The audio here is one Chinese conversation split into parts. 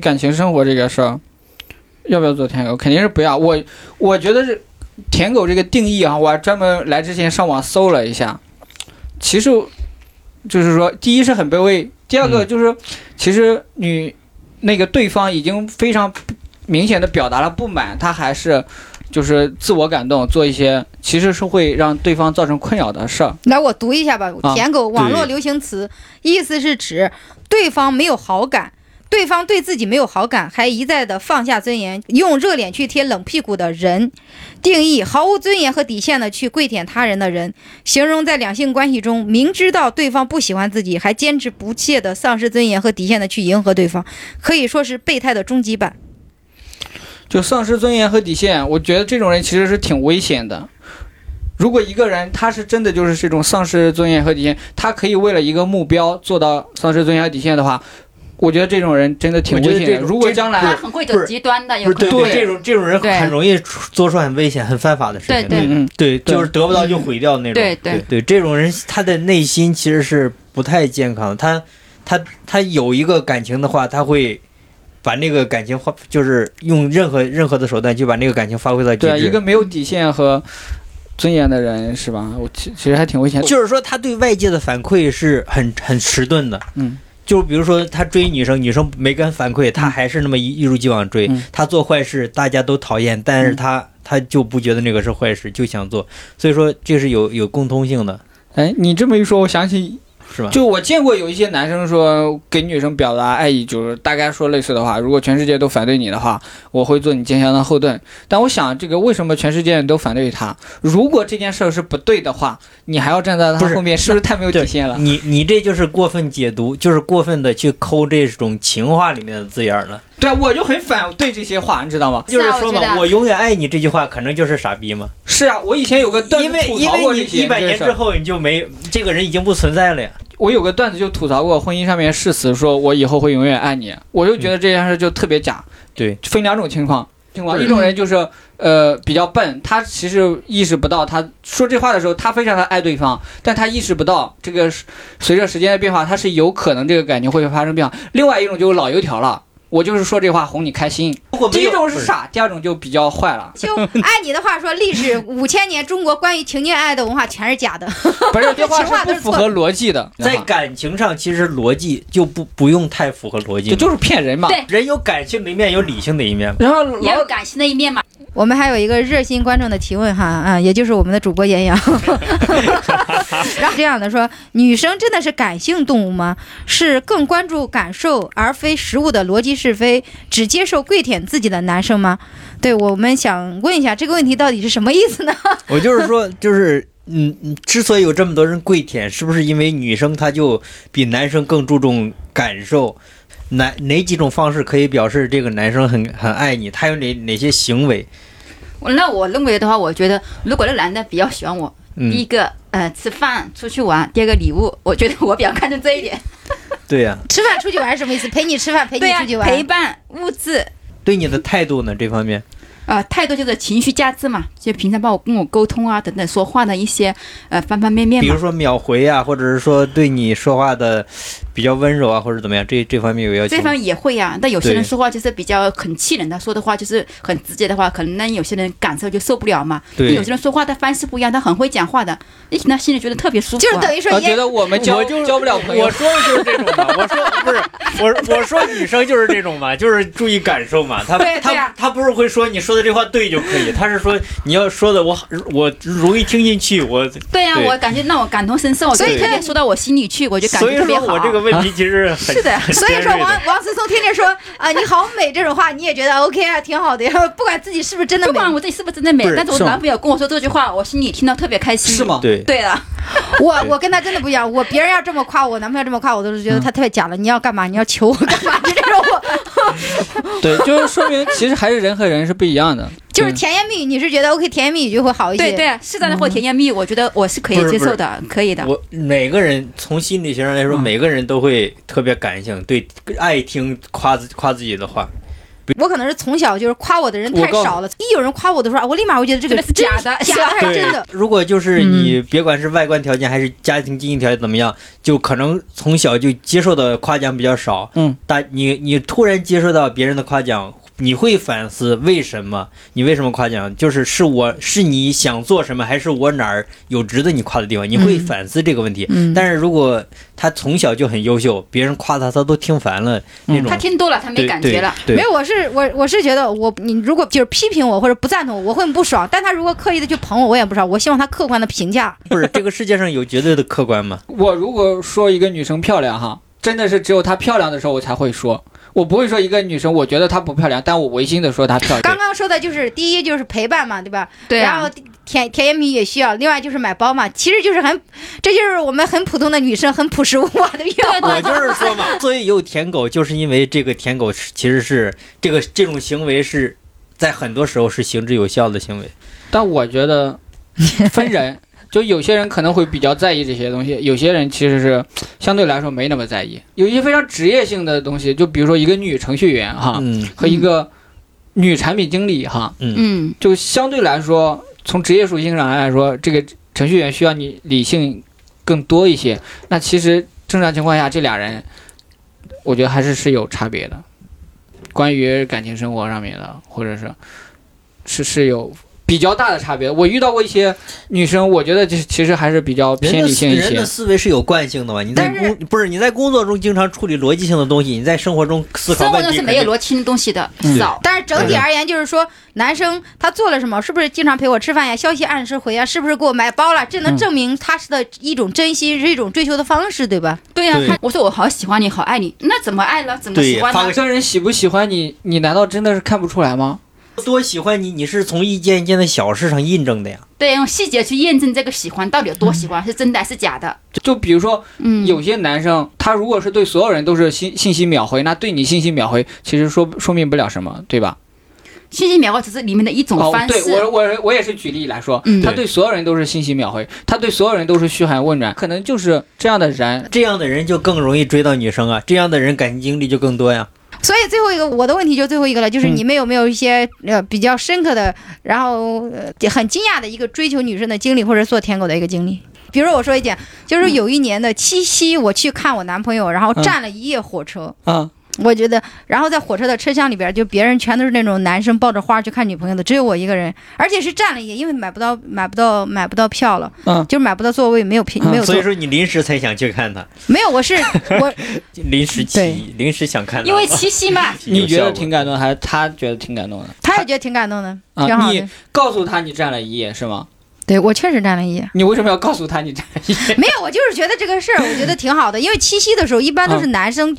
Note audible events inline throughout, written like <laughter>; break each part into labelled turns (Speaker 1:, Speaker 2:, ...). Speaker 1: 感情生活这个事儿，要不要做舔狗？肯定是不要。我我觉得是舔狗这个定义啊，我还专门来之前上网搜了一下，其实就是说，第一是很卑微，第二个就是、其实你那个对方已经非常明显的表达了不满，他还是。就是自我感动，做一些其实是会让对方造成困扰的事儿。
Speaker 2: 来，我读一下吧
Speaker 1: 啊。
Speaker 2: 舔狗网络
Speaker 3: 对
Speaker 2: 流行词，意思是指对方没有好感，对方对自己没有好感，还一再的放下尊严，用热脸去贴冷屁股的人。定义：毫无尊严和底线的去跪舔他人的人，形容在两性关系中明知道对方不喜欢自己，还坚持不懈的丧失尊严和底线的去迎合对方，可以说是备胎的终极版。。
Speaker 1: 就丧失尊严和底线，我觉得这种人其实是挺危险的。如果一个人他是真的就是这种丧失尊严和底线，他可以为了一个目标做到丧失尊严和底线的话，我觉得这种人真的挺
Speaker 4: 我觉得
Speaker 1: 危险
Speaker 4: 这
Speaker 1: 的。
Speaker 4: 种
Speaker 1: 如果
Speaker 4: 这
Speaker 1: 将
Speaker 5: 他
Speaker 1: 来，
Speaker 5: 很会走极端的，
Speaker 4: 不
Speaker 5: 有哎可
Speaker 4: 是对
Speaker 5: 能
Speaker 1: 对
Speaker 4: 这种这种人
Speaker 5: 对
Speaker 4: 很容易做出很危险、很犯法的事情。
Speaker 5: 对
Speaker 1: 嗯嗯，
Speaker 4: 对，
Speaker 1: 对
Speaker 4: 就是得不到就毁掉那种。
Speaker 5: 对对
Speaker 4: 对这种人他的内心其实是不太健康的。他他他有一个感情的话，他会把那个感情发，就是用任何任何的手段去把那个感情发挥到极
Speaker 1: 对啊，
Speaker 4: 致。
Speaker 1: 一个没有底线和尊严的人是吧？我其其实还挺危险的。
Speaker 4: 就是说，他对外界的反馈是很很迟钝的。
Speaker 1: 嗯，
Speaker 4: 就比如说他追女生，女生没跟反馈，他还是那么一一如既往追。
Speaker 1: 嗯
Speaker 4: 他做坏事，大家都讨厌，但是
Speaker 1: 嗯
Speaker 4: 他、他就不觉得那个是坏事，就想做。所以说这是有有共通性的，
Speaker 1: 哎，你这么一说，我想起
Speaker 4: 是吧？
Speaker 1: 就我见过有一些男生说给女生表达爱意，就是大概说类似的话。如果全世界都反对你的话，我会做你坚强的后盾。但我想，这个为什么全世界人都反对他？如果这件事儿是不对的话，你还要站在
Speaker 4: 不
Speaker 1: 他
Speaker 4: 是
Speaker 1: 后面，是不是太没有底线了？
Speaker 4: 你你这就是过分解读，就是过分的去抠这种情话里面的字眼儿了。
Speaker 1: 对啊，我就很反对这些话，你知道吗？
Speaker 4: 就是说
Speaker 5: 我觉
Speaker 4: 嘛，
Speaker 5: 得
Speaker 4: 我永远爱你这句话，可能就是傻逼嘛。
Speaker 1: 是啊，我以前有个段子
Speaker 4: 因为
Speaker 1: 吐
Speaker 4: 因
Speaker 1: 槽过
Speaker 4: 为
Speaker 1: 这
Speaker 4: 你
Speaker 1: 些
Speaker 4: 一百年
Speaker 1: 这
Speaker 4: 之
Speaker 1: 个事儿
Speaker 4: 后你就没这个人已经不存在了呀。
Speaker 1: 我有个段子就吐槽过婚姻上面誓死说我以后会永远爱你，我就觉得这件事就特别假。
Speaker 4: 对，
Speaker 1: 分两种情况，情况
Speaker 4: 对
Speaker 1: 一种人就是呃比较笨，他其实意识不到，他说这话的时候他非常的爱对方，但他意识不到这个是随着时间的变化，他是有可能这个感情会发生变化。另外一种就是老油条了。我就是说这话哄你开心。
Speaker 4: 如果
Speaker 1: 第
Speaker 4: 没
Speaker 1: 一
Speaker 4: 有
Speaker 1: 种是傻，第二种就比较坏了
Speaker 2: 就按你的话说，历史五千年中国关于情念爱的文化全是假的。
Speaker 1: 不是，这话
Speaker 2: 情话
Speaker 1: 是不
Speaker 2: 都是
Speaker 1: 符
Speaker 2: 错
Speaker 1: 合逻辑的，
Speaker 4: 在感情上，其实逻辑就不不用太符合逻辑
Speaker 1: 就
Speaker 4: 嘛。
Speaker 1: 就是骗人嘛。
Speaker 5: 对
Speaker 4: 人有感性的一面，有理性的一面嘛。
Speaker 1: 然后
Speaker 5: 也
Speaker 1: 老
Speaker 5: 有感性的一面嘛。
Speaker 2: 我们还有一个热心观众的提问哈，啊，也就是我们的主播严阳，然后这样的说，女生真的是感性动物吗？是更关注感受而非实物的逻辑是非，只接受跪舔自己的男生吗？对我们想问一下这个问题到底是什么意思呢？
Speaker 4: <laughs>
Speaker 2: <laughs>
Speaker 4: 我就是 <laughs> 说，就是嗯，嗯之所以有这么多人跪舔，是不是因为女生她就比男生更注重感受？哪哪几种方式可以表示这个男生很很爱你？他有哪哪些行为？
Speaker 5: 那我认为的话，我觉得如果那男的比较喜欢我，第一
Speaker 4: 嗯，
Speaker 5: 个呃吃饭出去玩，第二个礼物，我觉得我比较看重这一点。
Speaker 4: 对呀、
Speaker 2: 吃饭出去玩是什么意思？陪你吃饭，陪
Speaker 5: 对
Speaker 2: 你
Speaker 5: 呀、
Speaker 2: 出去玩，
Speaker 5: <laughs> 陪伴物质。
Speaker 4: 对你的态度呢？这方面，
Speaker 5: 呃，态度就是情绪价值嘛，就平常帮我跟我沟通啊，等等说话的一些呃方方面面
Speaker 4: 比
Speaker 5: 嘛
Speaker 4: 如。说秒回啊，或者是说对你说话的比较温柔啊，或者怎么样，这这方面有要求
Speaker 5: 这
Speaker 4: 吗。
Speaker 5: 方面也会呀、但有些
Speaker 4: 对
Speaker 5: 人说话就是比较很气人的，说的话就是很直接的话，可能有些人感受就受不了嘛。
Speaker 4: 对
Speaker 5: 有些人说话的方式不一样，他很会讲话的，一听他心里觉得特别舒服、啊。
Speaker 2: 就是等于说
Speaker 1: 我
Speaker 2: 严
Speaker 1: 觉得我们交
Speaker 4: 我就是
Speaker 1: 交不了朋友
Speaker 4: 我，说的就是这种嘛，我
Speaker 5: <laughs>
Speaker 4: 说不是，我我说女生就是这种嘛，就是注意感受嘛。她
Speaker 5: 对对
Speaker 4: 她
Speaker 5: 呀
Speaker 4: 她不是会说你说的这话对就可以，她是说你要说的我我容易听进去，我
Speaker 5: 对呀、
Speaker 4: 对
Speaker 5: 我感觉让我感同身受，我
Speaker 2: 所
Speaker 5: 觉
Speaker 2: 以
Speaker 5: 得特别说到我心里去，我就感
Speaker 4: 所
Speaker 5: 觉
Speaker 4: 以
Speaker 5: 特别
Speaker 4: 说
Speaker 5: 好。
Speaker 4: 我这个问题其实很
Speaker 5: <laughs> 是的
Speaker 4: 很
Speaker 2: 所以
Speaker 4: 尖
Speaker 2: 说
Speaker 4: 锐的
Speaker 2: 王王思聪听着说啊、你好美这种话，你也觉得 OK 啊，挺好的呀，不管自己是不是真的
Speaker 5: 不
Speaker 2: 美。
Speaker 5: 管我自己是不是真的美
Speaker 4: 不是，
Speaker 5: 但是我
Speaker 1: 是吗
Speaker 5: 男朋友跟我说这句话，我心里听到特别开心。
Speaker 1: 是？吗？
Speaker 4: 对
Speaker 5: 对了，
Speaker 2: 我我跟他真的不一样，我别人要这么夸我，男朋友这么夸我，我都是觉得他太假了。你要干嘛？你要求我干嘛？就这种我， <laughs>
Speaker 1: 对， <laughs> 就是说明其实还是人和人是不一样的。
Speaker 2: 就是
Speaker 1: 对
Speaker 2: 甜言蜜语，你是觉得 OK 甜言蜜语就会好一些。
Speaker 5: 对对啊，适当的或甜言蜜语，我觉得我是可以
Speaker 4: 不是
Speaker 5: 接受的，可以的。
Speaker 4: 我每个人从心理学上来说，
Speaker 1: 嗯
Speaker 4: 每个人都会特别感性，对爱听夸自夸自己的话。
Speaker 2: 我可能是从小就是夸我的人太少了，一有人夸我的时候，啊我立马会觉得这个
Speaker 5: 这个是
Speaker 2: 真
Speaker 5: 假的
Speaker 2: 假
Speaker 5: 是
Speaker 2: 的
Speaker 5: 吧
Speaker 2: 还是真的？
Speaker 4: 如果就是你，
Speaker 5: 嗯
Speaker 4: 别管是外观条件还是家庭经济条件怎么样，就可能从小就接受的夸奖比较少。
Speaker 1: 嗯，
Speaker 4: 但你你突然接受到别人的夸奖，你会反思为什么？你为什么夸奖？就是是我是你想做什么，还是我哪儿有值得你夸的地方？你会
Speaker 5: 嗯
Speaker 4: 反思这个问题。
Speaker 5: 嗯
Speaker 4: 但是如果他从小就很优秀，别人夸他他都听烦了，那种
Speaker 5: 他听多了，他没
Speaker 4: 对
Speaker 5: 感觉了。。
Speaker 4: 对
Speaker 2: 没
Speaker 4: 对
Speaker 2: 有，我是我我是觉得我你如果就是批评我或者不赞同我，我会很不爽。但他如果刻意的去捧我，我也不爽。我希望他客观的评价。
Speaker 4: 不是这个世界上有绝对的客观吗？
Speaker 1: 我如果说一个女生漂亮哈，真的是只有她漂亮的时候我才会说，我不会说一个女生我觉得她不漂亮，但我违心的说她漂亮
Speaker 2: 刚。刚说的就是第一就是陪伴嘛，对吧？
Speaker 5: 对
Speaker 2: 然后
Speaker 5: 啊，
Speaker 2: 甜甜言蜜语也需要，另外就是买包嘛，其实就是很，这就是我们很普通的女生很朴实无华的愿
Speaker 4: <laughs>
Speaker 2: 望。
Speaker 4: 我就是说嘛，所以有舔狗，就是因为这个舔狗是其实是这个这种行为是在很多时候是行之有效的行为。
Speaker 1: 但我觉得分人，就有些人可能会比较在意这些东西，有些人其实是相对来说没那么在意。有一些非常职业性的东西，就比如说一个女程序员哈，
Speaker 4: 嗯
Speaker 1: 和一个女产品经理哈，
Speaker 5: 嗯，
Speaker 1: 就相对来说，从职业属性上来说，这个程序员需要你理性更多一些。那其实正常情况下，这俩人，我觉得还是是有差别的。关于感情生活上面的，或者是是是有比较大的差别的。我遇到过一些女生，我觉得这其实还是比较
Speaker 4: 人
Speaker 1: 偏
Speaker 4: 的
Speaker 1: 理
Speaker 4: 思
Speaker 1: 性一
Speaker 4: 人
Speaker 1: 些
Speaker 4: 的。思维是有惯性的嘛？你在
Speaker 2: 但是
Speaker 4: 工不是你在工作中经常处理逻辑性的东西，你在生活中思考
Speaker 5: 生活
Speaker 4: 问
Speaker 5: 中
Speaker 4: 题
Speaker 5: 是
Speaker 4: 肯
Speaker 5: 没有
Speaker 4: 定
Speaker 5: 逻辑的东西的
Speaker 1: 嗯，
Speaker 5: 少。
Speaker 2: 但是整体而言，就是说，男生他做了什么，是不是经常陪我吃饭呀？消息按时回呀？是不是给我买包了？这能
Speaker 1: 嗯
Speaker 2: 证明他是的一种真心，是一种追求的方式，对吧？
Speaker 5: 对呀
Speaker 4: 对，
Speaker 5: 他我说我好喜欢你，好爱你，那怎么爱呢？怎么
Speaker 4: 对
Speaker 5: 喜欢
Speaker 4: 发
Speaker 5: 呢
Speaker 4: 个？
Speaker 1: 这人喜不喜欢你，你难道真的是看不出来吗？
Speaker 4: 多喜欢你，你是从一件一件的小事上印证的呀。
Speaker 5: 对，用细节去验证这个喜欢到底有多喜
Speaker 4: 嗯
Speaker 5: 欢，是真的还是假的。
Speaker 1: 就就比如说，
Speaker 5: 嗯，
Speaker 1: 有些男生他如果是对所有人都是信信息秒回，那对你信息秒回，其实说说明不了什么，对吧？
Speaker 5: 信息秒回只是里面的一种
Speaker 1: 哦
Speaker 5: 方，
Speaker 1: 对
Speaker 5: 式。
Speaker 1: 我我我也是举例来说，
Speaker 5: 嗯
Speaker 1: 他对所有人都是信息秒回，他对所有人都是嘘寒问暖，可能就是这样的人。
Speaker 4: 这样的人就更容易追到女生啊，这样的人感情经历就更多呀。
Speaker 2: 所以最后一个我的问题就最后一个了，就是
Speaker 1: 嗯
Speaker 2: 你们有没有一些呃比较深刻的，然后、呃、很惊讶的一个追求女生的经历，或者做舔狗的一个经历？比如我说一点，就是有一年的七夕，我去看我男朋友，然后
Speaker 1: 嗯
Speaker 2: 站了一夜火车，
Speaker 1: 啊，
Speaker 2: 我觉得，然后在火车的车厢里边，就别人全都是那种男生抱着花去看女朋友的，只有我一个人，而且是站了一夜，因为买不到买不到买不到票了，
Speaker 1: 嗯
Speaker 2: 就是买不到座位，没有票，
Speaker 1: 嗯
Speaker 2: 没有
Speaker 4: 啊
Speaker 2: 座
Speaker 4: 所以，说你临时才想去看他，
Speaker 2: 没有，我是我
Speaker 4: 临时起
Speaker 2: 对
Speaker 4: 意，临时想看他，
Speaker 5: 因为七夕嘛，
Speaker 1: 你觉得
Speaker 4: 挺
Speaker 1: 挺感动，还是他觉得挺感动的？
Speaker 2: 他也觉得挺感动的，
Speaker 1: 啊
Speaker 2: 挺好
Speaker 1: 你
Speaker 2: 的。
Speaker 1: 告诉他你站了一夜是吗？
Speaker 2: 对我确实站了一夜，
Speaker 1: 你为什么要告诉他你站了一夜？
Speaker 2: <laughs> 没有，我就是觉得这个事儿，我觉得挺好的，因为七夕的时候一般都是男生，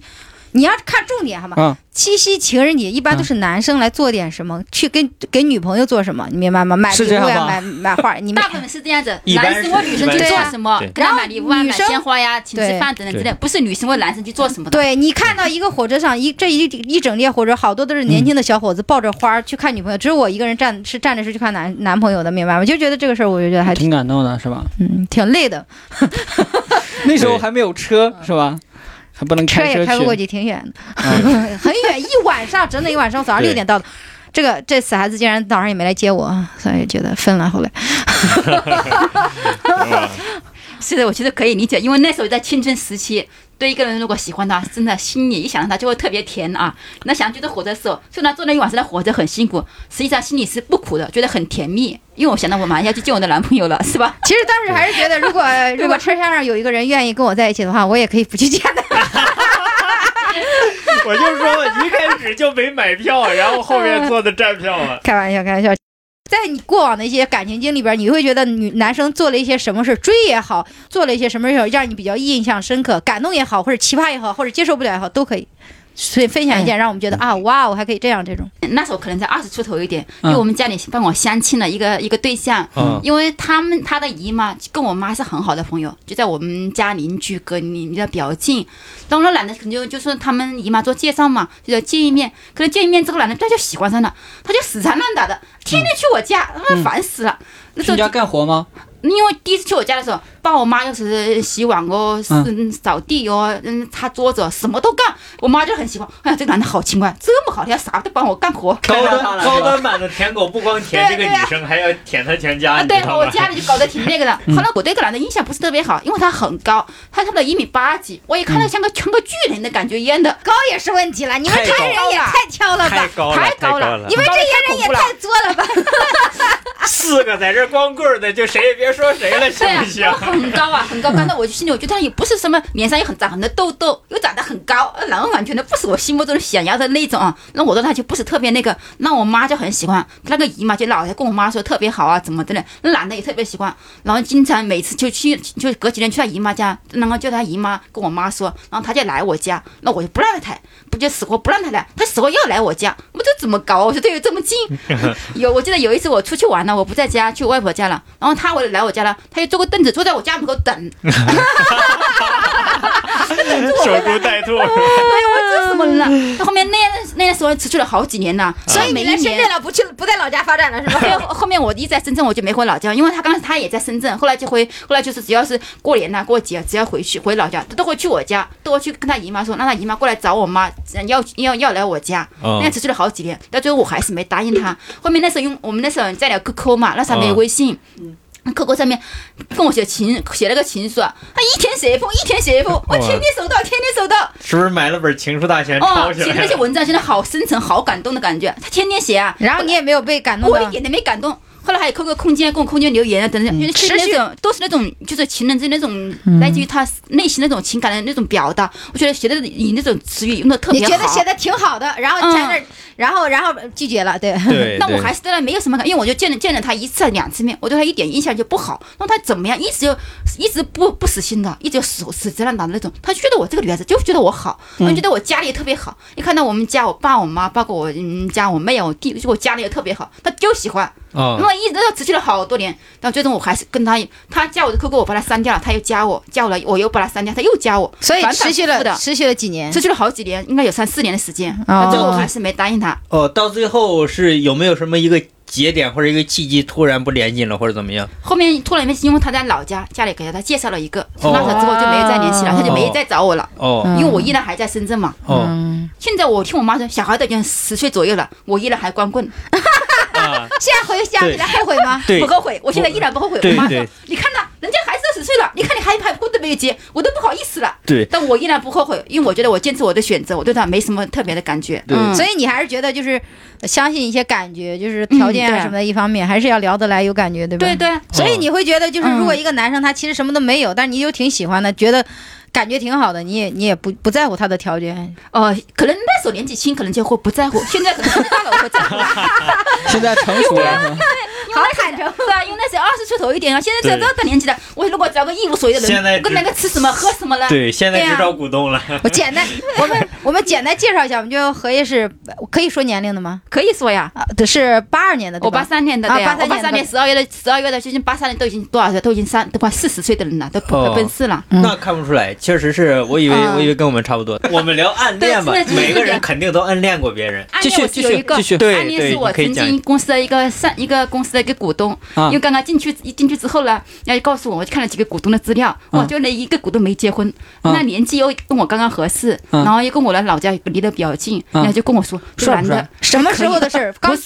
Speaker 2: 你要看重点好吗？
Speaker 1: 啊，
Speaker 2: 七夕情人节一般都是男生来做点什么，去跟给女朋友做什么，你明白吗？买
Speaker 1: 是
Speaker 2: 礼
Speaker 1: 这样
Speaker 2: 物呀，
Speaker 1: 吗
Speaker 2: 买买花，你们
Speaker 5: 大部分是这样子，
Speaker 4: 一般
Speaker 5: 男
Speaker 4: 是
Speaker 5: 生或女生去
Speaker 2: 对
Speaker 5: 做
Speaker 2: 啊
Speaker 5: 什么
Speaker 4: 对，
Speaker 5: 给他买礼物
Speaker 2: 然
Speaker 5: 啊，
Speaker 2: 后女
Speaker 5: 买
Speaker 2: 生
Speaker 5: 鲜花呀，请吃饭等等之类
Speaker 4: 对
Speaker 5: 的，不是女生或男生去做什么
Speaker 2: <laughs>
Speaker 5: 的。
Speaker 2: 对你看到一个火车上一这一一整列火车，好多都是年轻的小伙子抱着花儿去看女朋友，只有我一个人站是站着是去看男男朋友的，明白吗？就觉得这个事儿，我就觉得还挺
Speaker 1: 挺感动的是吧？
Speaker 2: 嗯挺累的，
Speaker 1: 那时候还没有车是吧？还不能
Speaker 2: 车
Speaker 1: 开
Speaker 2: 也开不过
Speaker 1: 去。
Speaker 2: 去，挺远的，
Speaker 1: 嗯
Speaker 2: <laughs> 很远，一晚上整整一晚上，早上
Speaker 4: 对
Speaker 2: 六点到的。这个这死孩子竟然早上也没来接我，啊所以觉得分了。后来
Speaker 5: 是的，我觉得可以理解，因为那时候在青春时期，对一个人如果喜欢他，真的心里一想到他就会特别甜啊。那想去这活着的时候，虽然坐那一晚上的活着很辛苦，实际上心里是不苦的，觉得很甜蜜。因为我想到我马上要去见我的男朋友了，是吧？
Speaker 2: 其实当时还是觉得，如果如果车厢上有一个人愿意跟我在一起的话，我也可以不去见他。
Speaker 3: <laughs> 我就说嘛，一开始就没买票，然后后面坐的站票了。
Speaker 2: 开玩笑，开玩笑。在你过往的一些感情经历里边，你会觉得女男生做了一些什么事儿，追也好，做了一些什么事儿让你比较印象深刻、感动也好，或者奇葩也好，或者接受不了也好，都可以。所以分享一件让我们觉得、啊，哇，我还可以这样这种。
Speaker 5: 那时候可能才二十出头一点，因为我们家里帮我相亲了一个一个对象，
Speaker 4: 嗯
Speaker 5: 因为他们他的姨妈跟我妈是很好的朋友，就在我们家邻居，隔邻离得比较近。然后那男的可能就就是他们姨妈做介绍嘛，就要见一面。可能见一面，这个男的他就喜欢上了，他就死缠烂打的，天天去我家，他妈烦死了。那时
Speaker 1: 去
Speaker 5: 候
Speaker 1: 你家干活吗？
Speaker 5: 因为第一次去我家的时候，帮我妈又是洗碗哦，是扫地哦，嗯，擦桌子哦，什么都干。我妈就很喜欢，哎呀，这个男的好勤快，这么好，他啥都帮我干活。
Speaker 3: 高
Speaker 5: 看到
Speaker 3: 端
Speaker 5: 他了
Speaker 3: 高端版的舔狗不光舔这个女生，还要舔她全家，
Speaker 5: 啊，
Speaker 3: 你
Speaker 5: 对
Speaker 3: 知道
Speaker 5: 我
Speaker 3: 吗？
Speaker 5: 家里就搞得挺那 <laughs> 个的。后来我对这个男的印象不是特别好，因为他很高，他差不多一米八几，我一看他像个像个巨人的感觉一样的，
Speaker 2: 高也是问题了，你们
Speaker 4: 太高
Speaker 2: 看人也
Speaker 5: 了
Speaker 2: 太挑了
Speaker 3: 太
Speaker 2: 吧，
Speaker 3: 高了，
Speaker 5: 太
Speaker 3: 高
Speaker 5: 高了，
Speaker 2: 你们这些人也太作了吧。
Speaker 3: 四个在这光棍儿的，就谁也别说谁了，行
Speaker 5: 对啊
Speaker 3: 不行？
Speaker 5: 很高啊，很高。刚才我就心里我觉得他也不是什么脸上有很长很多痘痘，又长得很高，呃然后完全的不是我心目中想要的那种啊。那我对他就不是特别那个，那我妈就很喜欢，那个姨妈就老是跟我妈说特别好啊，怎么的呢？那男的也特别喜欢，然后经常每次就去就隔几天去他姨妈家，然后叫他姨妈跟我妈说，然后他就来我家，那我就不让他来，不就死活不让他来，他死活要来我家，我这怎么搞啊？我说这有这么近，有，我记得有一次我出去玩了，我不在家，去我外婆家了，然后他我来我家了，他就坐个凳子坐在我家门口等，啊
Speaker 3: <laughs> 守株待兔，
Speaker 5: 哎呦，我这什么人啊？后面那那时候持续了好几年呢，
Speaker 2: 啊所以
Speaker 5: 每
Speaker 2: 你
Speaker 5: 一
Speaker 2: 来深
Speaker 5: 年
Speaker 2: 圳了，不去不在老家发展了是吧？
Speaker 5: <laughs> 对，后面我一在深圳，我就没回老家，因为他刚才他也在深圳，后来就回，后来就是只要是过年呐、过节，只要回去回老家，他都会去我家，都会去跟他姨妈说，让他姨妈过来找我妈，要要要来我家。
Speaker 4: 嗯
Speaker 5: 那持续了好几年，到最后我还是没答应他。后面那时候用我们那时候在聊 QQ 嘛，那时候还没有
Speaker 4: 嗯
Speaker 5: 微信。QQ 上面跟我写情写了个情书啊，他一天写一封，一天写一封，我天天收到，天天收到，
Speaker 3: <laughs> 是不是买了本《情书大全》啊抄
Speaker 5: 哦，
Speaker 3: 起
Speaker 5: 写的
Speaker 3: 来
Speaker 5: 那些
Speaker 3: 了？
Speaker 5: 文章真的好深沉、好感动的感觉，他天天写啊，
Speaker 2: 然后你也没有被感动
Speaker 5: 我
Speaker 2: 到
Speaker 5: 一，点都没感动。后来还有 QQ 空间跟我空间留言啊，等等，因为是那种都是那种就是情人之间那种来自于他内心那种情感的那种表达，我觉得写的以那种词语用的特
Speaker 2: 你
Speaker 5: 别好。
Speaker 2: 觉得写的挺好的，然后
Speaker 5: 嗯
Speaker 2: 在那儿，然后然后拒绝
Speaker 5: <laughs>
Speaker 2: 了，对，
Speaker 3: <laughs>
Speaker 4: 对，
Speaker 5: 那我
Speaker 4: 对
Speaker 5: 还是对他没有什么感，因为我就见了见了他一次两次面，我对他一点印象就不好。那他怎么样，一直就一直不不死心的，一直死死缠烂打的那种。他觉得我这个女孩子就觉得我好，他
Speaker 4: 嗯
Speaker 5: 觉得我家里也特别好。一看到我们家我爸我妈，包括我嗯家我妹啊我弟，就我家里也特别好，他就喜欢。
Speaker 3: 嗯
Speaker 4: 啊
Speaker 5: 那一直都持续了好多年，但最终我还是跟他，他加我的 QQ，我把他删掉了，他又加我，加我了，我又把他删掉，他又加我，
Speaker 2: 所以
Speaker 5: 反反
Speaker 2: 持续
Speaker 5: 复复
Speaker 2: 了
Speaker 5: 的，
Speaker 2: 持续了几
Speaker 4: 嗯
Speaker 2: 年
Speaker 5: 持，续了好几年，应该有三四年的时间，
Speaker 2: 哦
Speaker 5: 但最后我还是没答应他。
Speaker 4: 哦，到最后是有没有什么一个节点或者一个契机突然不联系了或者怎么样？
Speaker 5: 后面突然因为他在老家，家里给他介绍了一个，从那时候之后就没有再联系了，他就没再找我了，
Speaker 4: 哦
Speaker 5: 因为我依然还在深圳嘛。
Speaker 4: 哦
Speaker 2: 嗯，
Speaker 5: 现在我听我妈说，小孩都已经十岁左右了，我依然还光棍，
Speaker 3: 嗯
Speaker 4: 啊，
Speaker 2: 现在回想起来后悔吗？
Speaker 4: 对
Speaker 5: 不啊后悔，我现在依然不后悔。我
Speaker 4: 对
Speaker 5: 妈说
Speaker 4: 对，
Speaker 5: 你看呐，人家孩子都十岁了，你看你还还婚都没有结，我都不好意思了。
Speaker 4: 对
Speaker 5: 但我依然不后悔，因为我觉得我坚持我的选择，我对他没什么特别的感觉。
Speaker 4: 对
Speaker 5: 嗯
Speaker 2: 所以你还是觉得就是相信一些感觉，就是条件
Speaker 5: 嗯
Speaker 2: 啊
Speaker 5: 对
Speaker 2: 什么的，一方面还是要聊得来，有感觉，对吧？
Speaker 5: 对。对，
Speaker 2: 所以你会觉得，就是
Speaker 5: 嗯
Speaker 2: 如果一个男生他其实什么都没有，但是你就挺喜欢的，觉得感觉挺好的，你也你也不不在乎他的条件，
Speaker 5: 呃，可能那时候年纪轻，可能就会不在乎，现在可能年纪大了我
Speaker 2: <laughs>
Speaker 5: 会在乎。
Speaker 1: 现在成熟了是吧？
Speaker 5: 好坦诚，对啊，因为那时候二十出头一点啊，现在这
Speaker 3: 对
Speaker 5: 这大年纪了，我如果找个一无所有的
Speaker 3: 现在
Speaker 5: 人，我跟
Speaker 3: 只
Speaker 5: 那个吃什么喝什么了？
Speaker 4: 对，现在
Speaker 5: 对
Speaker 4: 知
Speaker 5: 啊
Speaker 4: 道股东了。
Speaker 2: <laughs> 我简单，我们我们简单介绍一下，我们就荷叶是可以说年龄的吗？
Speaker 5: 可以说呀。
Speaker 2: 啊，对是八二年的，对
Speaker 5: 我
Speaker 2: 吧
Speaker 5: 八三年的，
Speaker 2: 啊
Speaker 5: 对呀、
Speaker 2: 83
Speaker 5: 我八
Speaker 2: 年的
Speaker 5: 三年十二月的，十二月的，最近八三年都已经多少岁？都已经三，都快四十岁的人了，都快奔四了。
Speaker 2: 嗯
Speaker 4: 那看不出来，确实是我以为、
Speaker 5: 嗯
Speaker 4: 我以为跟我们差不
Speaker 5: <laughs>
Speaker 4: 多。我们聊暗恋吧
Speaker 5: 对现，在就是
Speaker 4: 每个人肯定都暗恋过别人。
Speaker 5: 暗
Speaker 1: 继
Speaker 5: 恋
Speaker 1: 续
Speaker 5: 我
Speaker 1: 继
Speaker 5: 是有一
Speaker 1: 续
Speaker 5: 个
Speaker 1: 继续，
Speaker 4: 对
Speaker 5: 暗恋
Speaker 4: 对
Speaker 5: 是我
Speaker 4: 你可以
Speaker 5: 曾
Speaker 4: 讲
Speaker 5: 经公司的一个上一个公司的一个股东，
Speaker 1: 啊
Speaker 5: 因为刚刚进去一进去之后呢，然后就告诉我，我就看了几个股东的资料，
Speaker 1: 啊
Speaker 5: 哇，就那一个股东没结婚，
Speaker 1: 啊
Speaker 5: 那年纪又跟我刚刚合适，
Speaker 1: 啊
Speaker 5: 然后又跟我的老家离得比较近，
Speaker 1: 啊
Speaker 5: 然后就跟我说，这
Speaker 1: 帅
Speaker 5: 男
Speaker 1: 不
Speaker 5: 的
Speaker 2: 什么时候的事
Speaker 5: <laughs>
Speaker 2: 儿？
Speaker 5: 不
Speaker 2: 刚
Speaker 5: 帅，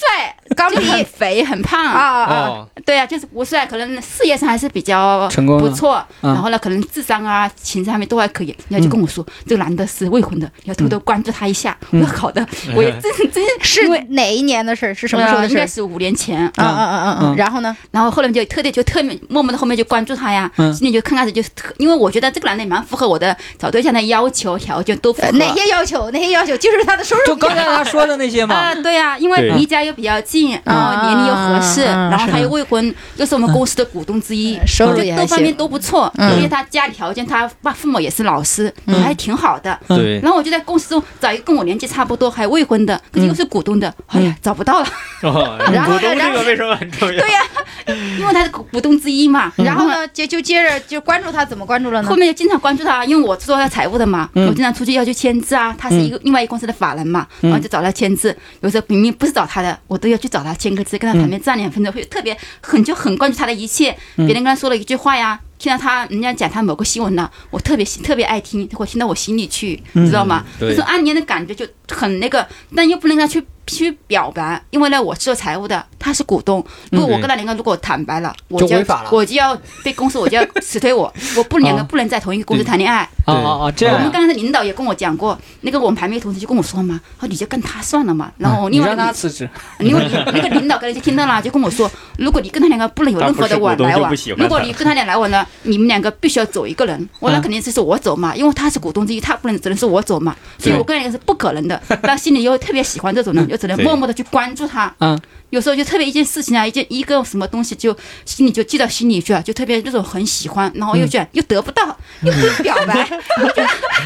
Speaker 2: 刚
Speaker 5: <laughs> 就
Speaker 2: 毕
Speaker 5: 很
Speaker 2: 业
Speaker 5: 肥很胖
Speaker 2: 啊啊啊！
Speaker 4: 哦，
Speaker 5: 对啊，就是不帅，可能事业上还是比较
Speaker 1: 成功了
Speaker 5: 不错，
Speaker 1: 嗯
Speaker 5: 然后呢，可能智商啊、情商方面都还可以。然后就跟我说，
Speaker 2: 嗯
Speaker 5: 这个男的是未婚的，你要偷偷关注他一下。我说好的，
Speaker 2: <laughs>
Speaker 5: 我也真真
Speaker 2: 是
Speaker 5: 因为
Speaker 2: 哪一年的事儿？是什么时候的
Speaker 5: 呃应
Speaker 2: 事
Speaker 5: 该
Speaker 2: 儿？
Speaker 5: 是五年前。
Speaker 2: 嗯嗯嗯嗯
Speaker 1: 嗯
Speaker 2: 嗯。然后呢？
Speaker 5: 然后后来就特地就特别默默的后面就关注他呀，
Speaker 1: 嗯
Speaker 5: 心里就刚开始就是特，因为我觉得这个男的也蛮符合我的找对象的要求条件都符
Speaker 2: 呃
Speaker 5: 合。
Speaker 2: 哪些要求？哪些要求？就是他的收入
Speaker 1: <laughs> 就刚才他说的那些嘛
Speaker 5: 啊，，对呀、因
Speaker 4: 对
Speaker 5: 为离家又比较近，然后年龄又合适，
Speaker 2: 啊啊啊
Speaker 5: 然后他
Speaker 1: 是
Speaker 5: 又未婚，又是我们公司的股东之一，
Speaker 2: 收入也
Speaker 5: 就
Speaker 2: 还
Speaker 5: 各方面
Speaker 2: 行。
Speaker 5: 都不错。
Speaker 2: 嗯
Speaker 5: 而且他家里条件，他爸父母也是老师，还挺好的。
Speaker 1: 嗯
Speaker 4: 哦对，
Speaker 5: 然后我就在公司中找一个跟我年纪差不多还未婚
Speaker 2: 嗯
Speaker 5: 的，可是又是股东的，哎呀，找不到了。
Speaker 4: 哦
Speaker 2: 然后
Speaker 3: 股
Speaker 2: 呢？
Speaker 3: 东
Speaker 2: 然
Speaker 3: 这
Speaker 2: 后
Speaker 3: 个为什么很重要？
Speaker 5: 对呀，
Speaker 2: 嗯
Speaker 5: 因为他是股股东之一嘛。
Speaker 2: 然后呢，接就接着就关注他，怎么关注了呢
Speaker 5: 嗯后？面就经常关注他，因为我做他财务的嘛，
Speaker 1: 嗯
Speaker 5: 我经常出去要去签字啊。他是一个、
Speaker 2: 嗯
Speaker 5: 另外一个公司的法人嘛，然后就找他签字。有时候明明不是找他的，我都要去找他签个字，跟他谈面站两分钟，会特别很就很关注他的一切。
Speaker 2: 嗯
Speaker 5: 别人跟他说了一句话呀，听到他人家讲他某个新闻呢，我特别喜特别爱听，会听到我心里去，
Speaker 2: 嗯
Speaker 5: 知道吗？
Speaker 4: 嗯对
Speaker 5: 这种安年的感觉就很那个，但又不能让他去去表白，因为呢，我是做财务的，他是股东。如果我跟他两个如果坦白了，我
Speaker 1: 就
Speaker 5: 就要
Speaker 1: 违法了
Speaker 5: 我就要被公司我就
Speaker 1: <laughs>
Speaker 5: 要辞退我，我不两个
Speaker 1: 啊
Speaker 5: 不能在同一个公司谈恋爱。
Speaker 1: 哦哦哦，这
Speaker 5: 我
Speaker 1: 样
Speaker 5: 们
Speaker 1: 啊，
Speaker 5: 刚才的领导也跟我讲过，那个我们旁边的同事就跟我说嘛，他说你就跟他算了嘛。然后我
Speaker 1: 嗯你
Speaker 5: 另外
Speaker 1: 让
Speaker 5: 一个
Speaker 1: 他辞职，
Speaker 3: <laughs>
Speaker 5: 另外一个那个领导刚才就听到了，就跟我说，如果你跟他两个不能有任何的往来
Speaker 3: 他
Speaker 5: 往
Speaker 3: 不是股东就不喜，欢他
Speaker 5: 如果你跟他俩来往呢，你们两个必须要走一个人。我那肯定是是我走嘛，因为他是股东之一，他不能只能是我走嘛，所以我跟人家是不可
Speaker 3: <laughs>
Speaker 5: 能的。但心里又特别喜欢这种人，又只能
Speaker 4: 对
Speaker 5: 默默的去关注他。啊
Speaker 1: 嗯，
Speaker 5: 有时候就特别一件事情啊，一件一个什么东西就心里就记到心里去了，啊就特别这种很喜欢，然后又卷、又得不到，又不表 <laughs> 白，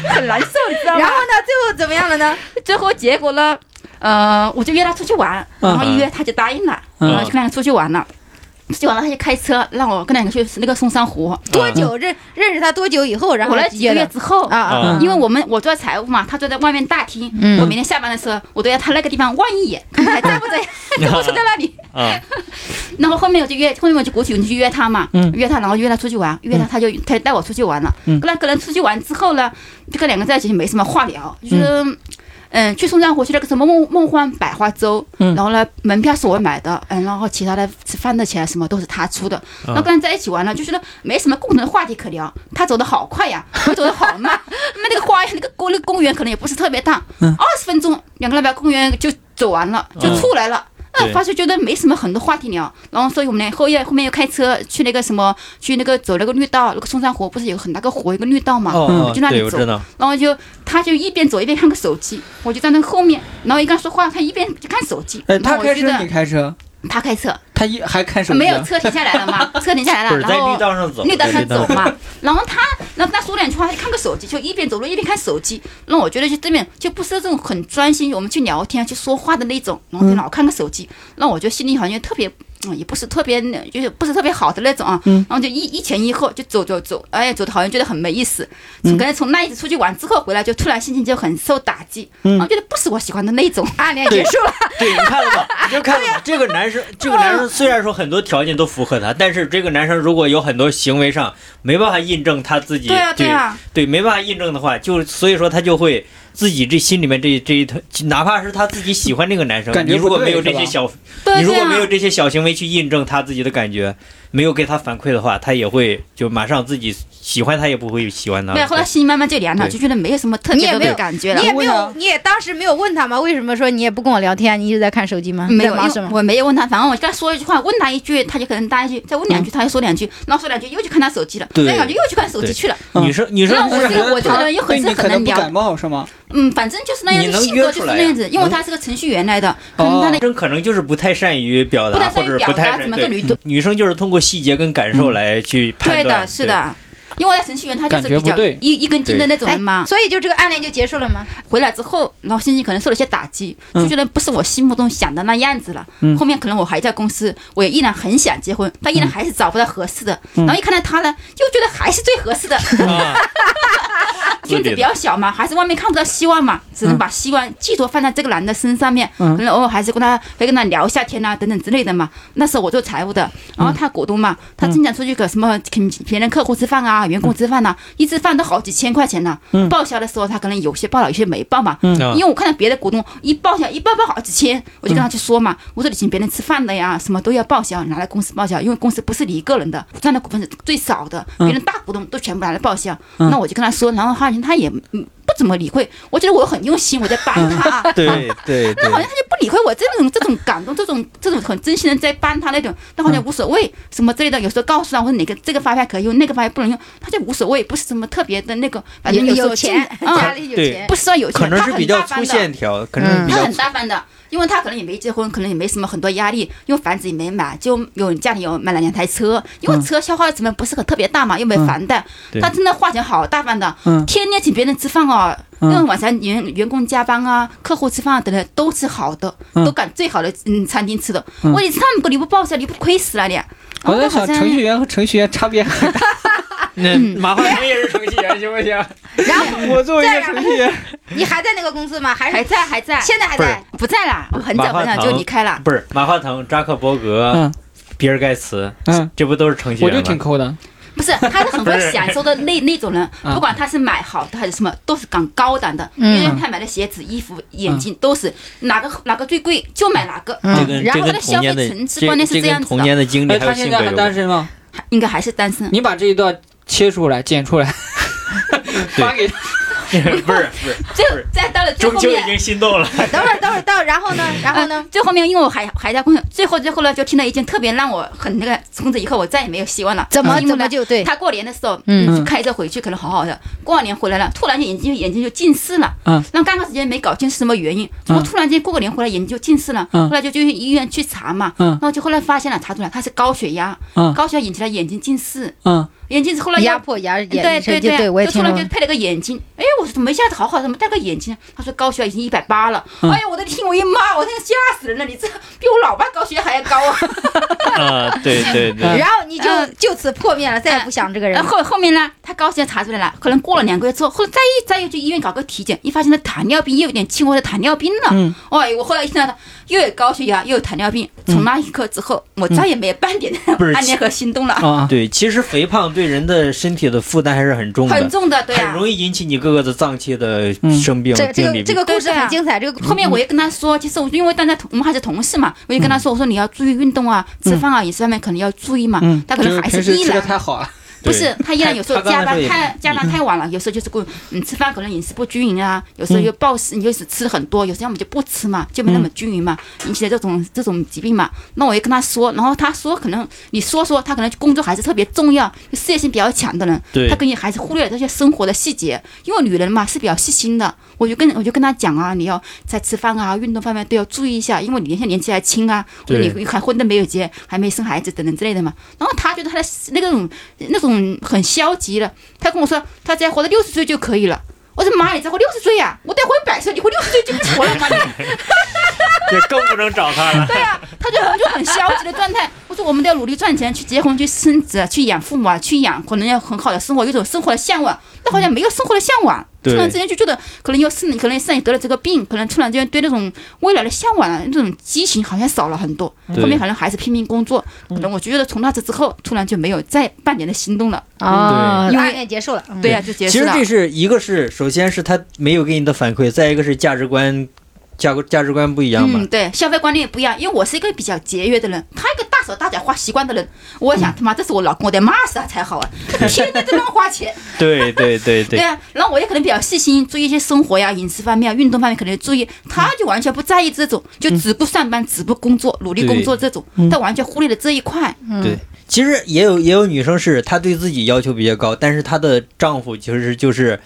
Speaker 5: 很难受，你知道
Speaker 3: 嗯
Speaker 5: 吗？
Speaker 2: 然后呢，最后怎么样了呢？
Speaker 5: 最后结果呢，呃，我就约他出去玩，
Speaker 1: 嗯
Speaker 5: 然后一约他就答应了，
Speaker 1: 嗯
Speaker 5: 然后就跟他出去玩了。出去玩了，他就开车让我跟两个去那个松山湖。
Speaker 2: 多久认认识他多久以后，然后
Speaker 5: 嗯我来几
Speaker 2: 约
Speaker 5: 个月
Speaker 2: 的
Speaker 5: 之后嗯
Speaker 2: 啊啊
Speaker 1: 啊
Speaker 5: 因为我们我做财务嘛，他坐在外面大厅，
Speaker 2: 嗯
Speaker 5: 我每天下班的时候，我都要他那个地方望
Speaker 1: <laughs>
Speaker 5: 一眼，看他还在不在，怎么坐在那里。
Speaker 4: 啊，
Speaker 5: <laughs> 然后后面我就约，后面我就鼓起勇气去约他嘛，
Speaker 1: 嗯
Speaker 5: 约他，然后约他出去玩，约他他就他就带我出去玩了。
Speaker 1: 嗯
Speaker 5: 跟他可能出去玩之后呢，就跟两个在一起就没什么话聊，就是。嗯去松山湖去那个什么梦梦幻百花洲，
Speaker 1: 嗯
Speaker 5: 然后呢，门票是我买的，嗯，然后其他的吃饭的钱什么都是他出的。
Speaker 1: 啊
Speaker 5: 那跟他在一起玩了，就觉得没什么共同的话题可聊。他走的好快呀，我走的好慢。 <laughs> 那那个花园，那个公那个公园可能也不是特别大，
Speaker 1: 嗯
Speaker 5: 二十分钟，两个人把公园就走完了，就出来了。那
Speaker 4: 对
Speaker 5: 发现觉得没什么很多话题聊，然后所以我们俩后夜后面又开车去那个什么，去那个走那个绿道，那个松山湖不是有个很大个湖，有个绿道嘛，
Speaker 4: 哦
Speaker 5: 我
Speaker 4: 哦，
Speaker 5: 就那
Speaker 4: 对，
Speaker 5: 里
Speaker 4: 我
Speaker 5: 走啊
Speaker 4: 知，道，
Speaker 5: 然后就他就一边走一边看个手机，我就站在后面，然后一跟他说话，他一边就看手机，
Speaker 1: 哎，
Speaker 5: 然
Speaker 1: 他
Speaker 5: 后我
Speaker 1: 开
Speaker 5: 觉
Speaker 1: 车你
Speaker 5: 得
Speaker 1: 开车，
Speaker 5: 他开车，
Speaker 1: 他一还看手机啊，
Speaker 5: 没有车停下来
Speaker 4: <laughs>
Speaker 5: 了嘛，车停下来
Speaker 4: 不是
Speaker 5: 了，然
Speaker 4: 在
Speaker 5: 后
Speaker 4: 绿道上走，
Speaker 5: 绿灯
Speaker 4: 在
Speaker 5: 上走嘛。然后他，然后他说两句话，他就看个手机，就一边走路一边看手机。让我觉得就对面就不是这种很专心，我们去聊天、去说话的那种，然后就老看个手机，让我觉得心里好像特别。嗯，也不是特别那，就是不是特别好的那种啊。
Speaker 1: 嗯
Speaker 5: 然后就一一前一后就走走走，哎呀，走的好像觉得很没意思。
Speaker 4: 嗯
Speaker 5: 从可能从那一次出去玩之后回来，就突然心情就很受打击，
Speaker 4: 嗯
Speaker 5: 然后觉得不是我喜欢的那种。啊
Speaker 2: 暗恋结束了，
Speaker 4: 对，你看了吧？你就
Speaker 5: <laughs>
Speaker 4: 看了吧。这个男生，这个男生虽然说很多条件都符合他，但是这个男生如果有很多行为上没办法印证他自己，
Speaker 5: 对啊，对啊。
Speaker 4: 对没办法印证的话，就所以说他就会自己这心里面这这一头，哪怕是他自己喜欢这个男生，
Speaker 1: 感觉
Speaker 4: 你如果
Speaker 1: 不
Speaker 4: 没
Speaker 1: 对
Speaker 4: 有这
Speaker 1: 是吧
Speaker 4: 些小，
Speaker 5: 对啊
Speaker 4: 你如果没有这些小行为去印证他自己的感觉，没有给他反馈的话，他也会就马上自己喜欢他也不会喜欢他。
Speaker 5: 对啊，后来心里慢慢就凉了，
Speaker 4: 对
Speaker 5: 就觉得没有什么特
Speaker 2: 你也
Speaker 5: 别
Speaker 2: 没有
Speaker 5: 的感觉了。
Speaker 2: 你也没
Speaker 1: 问
Speaker 2: 有
Speaker 1: 啊，
Speaker 2: 你也当时没有问他吗？为什么说你也不跟我聊天，你一直在看手机吗？
Speaker 5: 没有
Speaker 2: 在，忙什么？
Speaker 5: 我没有问他，反正我跟他说一句话，问他一句，他就可能答一句，再问两句，他又说两句，然后说两句又去看他手机了，
Speaker 4: 对
Speaker 5: 再感觉又去看手机去了。
Speaker 4: 女生女生
Speaker 5: 那
Speaker 4: 不
Speaker 5: 我
Speaker 4: 是
Speaker 5: 这个我觉得也
Speaker 1: 对
Speaker 5: 很是
Speaker 1: 哎你可能
Speaker 5: 很难
Speaker 1: 不
Speaker 5: 聊
Speaker 1: 感。冒是吗？
Speaker 5: 嗯，反正就是那
Speaker 4: 你
Speaker 5: 样，
Speaker 4: 能
Speaker 5: 性
Speaker 4: 约
Speaker 5: 格
Speaker 4: 出
Speaker 5: 就是
Speaker 4: 来
Speaker 5: 那样子，因为
Speaker 4: 能
Speaker 5: 他是个程序员来的，可能他那
Speaker 4: 女生可能就是不太善于表
Speaker 5: 不
Speaker 4: 达，
Speaker 5: 太
Speaker 4: 或
Speaker 5: 善于
Speaker 4: 者
Speaker 5: 表
Speaker 4: 不太
Speaker 5: 达
Speaker 4: 善
Speaker 5: 怎么个
Speaker 4: 对
Speaker 5: 旅途。
Speaker 4: 女生就是通过细节跟感
Speaker 1: 嗯
Speaker 4: 受来去判
Speaker 5: 对
Speaker 4: 断。
Speaker 5: 的，是的。因为他程序员，他就是比
Speaker 1: 感觉不
Speaker 5: 较
Speaker 1: 对
Speaker 5: 一一根筋的那种人嘛。
Speaker 2: 哎所以就这个暗恋就结束了吗？
Speaker 5: 回来之后，然后心情可能受了些打击，
Speaker 1: 嗯
Speaker 5: 就觉得不是我心目中想的那样子了。
Speaker 1: 嗯
Speaker 5: 后面可能我还在公司，我也依然很想结婚，但依然还是找不到合适的。然后一看到他呢，又觉得还是最合适的。
Speaker 1: 嗯
Speaker 4: 对啊，
Speaker 5: <laughs> 圈子比较小嘛，还是外面看不到希望嘛，只能把希望寄托放在这个男的身上面，
Speaker 1: 嗯
Speaker 5: 可能偶尔还是跟他会跟他聊一下天啊等等之类的嘛。那时候我做财务的，
Speaker 1: 嗯
Speaker 5: 然后他股东嘛，他经常出去给什么请别人客户吃饭啊、员工吃饭呐、一次饭都好几千块钱呢、
Speaker 1: 嗯
Speaker 5: 报销的时候他可能有些报了，有些没报嘛。
Speaker 4: 啊
Speaker 1: 嗯
Speaker 5: 因为我看到别的股东一报销一报报好几千，我就跟他去说嘛，我说你请别人吃饭的呀，什么都要报销，拿来公司报销，因为公司不是你一个人的，我占的股份是最少的，
Speaker 4: 嗯
Speaker 5: 别人大股东都全部拿来报销。
Speaker 1: 嗯
Speaker 5: 那我就跟他说，然后他他也嗯不怎么理会，我觉得我很用心，我在帮他。
Speaker 4: 对对对
Speaker 5: 但好像他就不理会我这种这种感动，这种这种很真心的在帮他那种，但好像无所谓什么之类的。有时候告诉他，或者哪个这个发票可以用，那个发票不能用，他就无所谓，不是什么特别的那个，反正时候
Speaker 2: 有
Speaker 5: 进
Speaker 2: 钱，家
Speaker 4: <laughs>
Speaker 5: 啊，
Speaker 2: 里有
Speaker 4: 对
Speaker 2: 钱，
Speaker 5: 不是说有钱，
Speaker 4: 可能
Speaker 5: 他
Speaker 4: 是
Speaker 5: 很
Speaker 4: 比较
Speaker 5: 大方
Speaker 4: 粗
Speaker 5: 的嗯
Speaker 4: 线条，
Speaker 1: 嗯
Speaker 4: 可能是比
Speaker 5: 他
Speaker 4: 较
Speaker 5: 很大方的，因为他可能也没结婚，可能也没什么很多压力，因为房子也没买，就有家里有买了两台车，
Speaker 1: 嗯
Speaker 5: 因为车消耗的成本不是很特别大嘛，又没房贷，
Speaker 4: 对
Speaker 5: 他真的花钱好大方的，
Speaker 1: 嗯
Speaker 5: 天天请别人吃饭哦，
Speaker 1: 嗯
Speaker 5: 因为晚上员员工加班啊，客户吃饭啊等等都吃好的，
Speaker 1: 嗯
Speaker 5: 都赶最好的嗯餐厅吃的，
Speaker 1: 嗯
Speaker 5: 我一上个你不报销，你不亏死了你。
Speaker 1: 我在想
Speaker 2: 好像
Speaker 1: 程序员和程序员差别很大。
Speaker 4: 那
Speaker 5: <laughs>
Speaker 4: 麻烦
Speaker 3: 你也是程序员行不行？
Speaker 2: 然后
Speaker 1: <laughs> 我作为一
Speaker 2: 再
Speaker 1: 个
Speaker 2: 然
Speaker 1: 程序员，
Speaker 2: 你还在那个公司吗？还
Speaker 5: 还
Speaker 2: 是
Speaker 5: 在
Speaker 1: <laughs>
Speaker 5: 还在，
Speaker 2: 现在还
Speaker 4: 不是
Speaker 2: 在？
Speaker 5: 不在啦，我很
Speaker 4: 马
Speaker 5: 早
Speaker 4: 化
Speaker 5: 很早
Speaker 4: 腾
Speaker 5: 就离开了。
Speaker 4: 不是马化腾、扎克伯格、
Speaker 1: 嗯
Speaker 4: 比尔盖茨，
Speaker 1: 嗯，
Speaker 4: 这不都是程序
Speaker 1: 我就
Speaker 4: 员
Speaker 1: 挺
Speaker 4: 吗？
Speaker 1: 抠的。
Speaker 5: 不是，他是很
Speaker 3: 不
Speaker 5: 会
Speaker 3: 是
Speaker 5: 享受的那那种人，
Speaker 1: 啊
Speaker 5: 不管他是买好的还是什么，都是搞高档的。因
Speaker 2: 嗯
Speaker 5: 为他买的鞋子、衣服、眼镜都是哪个哪个最贵就买哪个。
Speaker 4: 这
Speaker 2: 嗯
Speaker 4: 跟
Speaker 5: 然
Speaker 4: 这
Speaker 5: 后
Speaker 4: 跟
Speaker 5: 他的
Speaker 4: 童
Speaker 5: 消
Speaker 4: 年
Speaker 5: 费
Speaker 4: 的
Speaker 5: 层次观
Speaker 4: 这
Speaker 5: 念是
Speaker 4: 这
Speaker 5: 这样
Speaker 4: 跟
Speaker 5: 子
Speaker 4: 童
Speaker 5: 的，
Speaker 4: 年的经历
Speaker 1: 哎，
Speaker 4: 还有
Speaker 1: 他
Speaker 4: 性
Speaker 1: 现在
Speaker 4: 格
Speaker 1: 还
Speaker 4: 有
Speaker 1: 单
Speaker 4: 关。
Speaker 1: 身吗？
Speaker 5: 应该还是单身。
Speaker 1: 你把这一段切出来、剪出来， <laughs> 发给
Speaker 4: <laughs>
Speaker 3: 不是不
Speaker 5: <laughs>
Speaker 3: 是，
Speaker 5: 最后再到了最
Speaker 3: 中
Speaker 5: 后
Speaker 3: 秋已
Speaker 5: 面，
Speaker 3: 经心
Speaker 5: <laughs>
Speaker 3: 动了，
Speaker 2: 等会儿，等会儿，等会儿，然后呢？然后呢？
Speaker 5: 最后面因为我还还在工作，最后最后呢就听到一件特别让我很那个，从此以后我再也没有希望了。
Speaker 2: 怎么
Speaker 5: 因为
Speaker 2: 怎么
Speaker 5: 呢
Speaker 2: 就对？
Speaker 5: 嗯他过年的时候，
Speaker 2: 嗯
Speaker 5: 嗯，开车回去可能好好的，过完年回来了，突然间眼睛眼睛就近视了，
Speaker 1: 嗯，
Speaker 5: 那刚开始也没搞清是什么原因，怎么
Speaker 1: 嗯
Speaker 5: 突然间过个年回来眼睛就近视了？
Speaker 1: 嗯
Speaker 5: 后来就去医院去查嘛，
Speaker 1: 嗯
Speaker 5: 然后就后来发现了，查出来他是高血压，
Speaker 1: 嗯
Speaker 5: 高血压引起了眼睛近视，
Speaker 1: 嗯
Speaker 5: 眼睛后来
Speaker 2: 压
Speaker 5: 要。
Speaker 2: 迫牙
Speaker 5: 对
Speaker 2: 眼
Speaker 5: 对
Speaker 2: 神经，对我也
Speaker 5: 就突
Speaker 2: 听
Speaker 5: 然
Speaker 2: 说
Speaker 5: 就。配了个眼镜，哎，我说怎么一下子好好的，怎么戴个眼镜？他说高血压已经一百八了，
Speaker 1: 嗯
Speaker 5: 哎呀，我的天，我一妈，我真的吓死人了，你这比我老爸高血压还要高啊！
Speaker 4: 啊，对对对，
Speaker 2: 然后你就
Speaker 5: 嗯
Speaker 2: 就此破灭了，再也不想这个人
Speaker 5: <laughs> 然。
Speaker 4: 嗯
Speaker 5: 后后面呢，他高血压查出来了，可能过了两个月之后，后来再一再又去医院搞个体检，一发现他糖尿病又有点轻微的糖尿病了。
Speaker 1: 嗯，
Speaker 5: 哎，我后来一听到他又有高血压又有糖尿病，从那一刻之后，我再也没有半点的 <laughs>
Speaker 4: 不是
Speaker 5: 安宁和心动了，
Speaker 1: 啊，
Speaker 4: 对，其实肥胖对人的身体的负担还是很重
Speaker 5: 很
Speaker 4: 的，
Speaker 5: 重的，对啊
Speaker 4: 很
Speaker 5: 呀、
Speaker 4: 容易引起你各个的脏器的
Speaker 1: 嗯
Speaker 4: 生病
Speaker 2: 这这
Speaker 4: 病
Speaker 2: 个
Speaker 4: 理
Speaker 2: 这
Speaker 4: 病。
Speaker 2: 个故事
Speaker 5: 对对啊
Speaker 2: 很精彩，这个
Speaker 5: 后面我也跟他说，其实我因为当时同我们还是同事嘛，我就跟他
Speaker 4: 嗯
Speaker 5: 说，我说你要注意运动啊，吃饭啊，饮食方面可能要注意嘛。
Speaker 1: 嗯，
Speaker 5: 他可能
Speaker 1: 就是
Speaker 5: 还
Speaker 1: 平
Speaker 5: 是
Speaker 1: 时
Speaker 5: 依
Speaker 1: 吃的
Speaker 5: 然
Speaker 1: 太好啊了。
Speaker 5: 不
Speaker 4: 对
Speaker 5: 是，他依然有时候
Speaker 4: 他他
Speaker 5: 加
Speaker 4: 刚才
Speaker 5: 班
Speaker 4: 说也嗯
Speaker 5: 太加班太晚了，有时候就是过嗯吃饭可能饮食不均匀啊，有
Speaker 4: 嗯
Speaker 5: 时候又暴食，你就是吃很多，有时候要么就不吃嘛，就没那么均匀嘛，
Speaker 4: 嗯
Speaker 5: 引起的这种这种疾病嘛。那我也跟他说，然后他说可能你说说，他可能工作还是特别重要，事业心比较强的人，
Speaker 4: 对
Speaker 5: 他可能还是忽略了这些生活的细节，因为女人嘛是比较细心的。我就跟我就跟他讲啊，你要在吃饭啊、运动方面都要注意一下，因为你现在年纪还轻啊，或者
Speaker 4: 对
Speaker 5: 你还婚都没有结，还没生孩子等等之类的嘛。然后他觉得他的那个种那种很消极了，他跟我说他只要活到六十岁就可以了。我说妈，你才活六十岁呀、我得活一百岁，你活六十岁就不活了吗？你
Speaker 3: 就更不能找他了。
Speaker 5: 对呀、他就 <laughs> 很就很消极的状态。我说我们都要努力赚钱，去结婚，去生子啊，去养父母啊，去养可能要很好的生活，有一种生活的向往，但好像没有生活的向往。
Speaker 4: 对
Speaker 5: 突然之间就觉得，可能又是你，可能是你得了这个病，可能突然之间对那种未来的向往啊，那种激情好像少了很多。
Speaker 4: 对嗯
Speaker 5: 后面好像还是拼命工作，可能我觉得从那次之后，突然就没有再半点的心动了。
Speaker 2: 啊，
Speaker 5: 嗯对
Speaker 2: 暗恋结束了，嗯
Speaker 5: 对呀、就结
Speaker 4: 其
Speaker 5: 束
Speaker 4: 实
Speaker 5: 了。
Speaker 4: 这是一个是，首先是他没有给你的反馈，再一个是价值观，价价值观不一样嘛
Speaker 5: 嗯，。对，消费观念也不一样，因为我是一个比较节约的人，他一个大手大脚花习惯的人，我
Speaker 4: 嗯
Speaker 5: 想他妈这是我老公，我得骂死他才好啊，天天在乱花钱。
Speaker 4: 对对对对
Speaker 5: 对啊，然后我也可能比较细心，注意一些生活呀、饮食方面、啊、运动方面可能注意，他就完全不在意这
Speaker 4: 嗯
Speaker 5: 种，就只顾上班、只顾工作、努力工作这种，他完全忽略了这一块。
Speaker 2: 嗯
Speaker 4: 对，其实也有也有女生是她对自己要求比较高，但是她的丈夫其实就是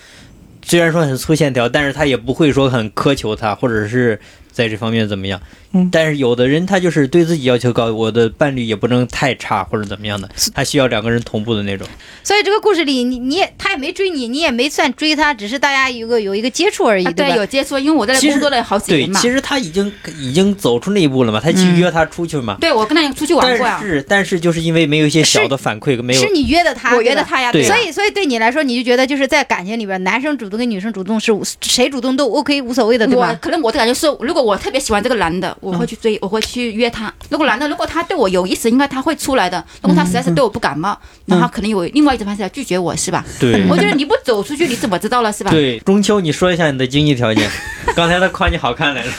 Speaker 4: 虽然说很粗线条，但是她也不会说很苛求她，或者是在这方面怎么样。
Speaker 1: 嗯
Speaker 4: 但是有的人他就是对自己要求高，我的伴侣也不能太差或者怎么样的，他需要两个人同步的那种。
Speaker 2: 所以这个故事里，你你也他也没追你，你也没算追他，只是大家有个有一个接触而已，
Speaker 5: 啊
Speaker 2: 对
Speaker 5: 对，
Speaker 2: 吧？
Speaker 5: 有接触，因为我在那
Speaker 4: 其实
Speaker 5: 工作了好几
Speaker 4: 对
Speaker 5: 年，嘛
Speaker 4: 其。实他已经已经走出那一步了嘛，他去约她出去嘛。
Speaker 5: 对，我跟他出去玩过啊
Speaker 4: 但
Speaker 5: 呀，
Speaker 4: 是但是就是因为没有一些小的反馈，没有
Speaker 2: 是你约的他，
Speaker 5: 我约
Speaker 2: 对吧
Speaker 5: 的他呀，
Speaker 4: 对
Speaker 5: 呀
Speaker 2: 所以，所以对你来说，你就觉得就是在感情里边，男生主动跟女生主动是无谁主动都 OK，无所谓的，对
Speaker 5: 我
Speaker 2: 吧？
Speaker 5: 可能我的感觉是，如果我特别喜欢这个男的，我会去追，我会去约他。如果男的如果他对我有意思，应该他会出来的。如果他实在是对我不感冒，那他
Speaker 4: 嗯
Speaker 5: 可能有另外一种方式来拒绝我，是吧？
Speaker 4: 对
Speaker 5: 我觉得你不走出去，你怎么知道了，是吧？
Speaker 4: 对，中秋你说一下你的经济条
Speaker 5: <laughs>
Speaker 4: 件。刚才他夸你好看来着，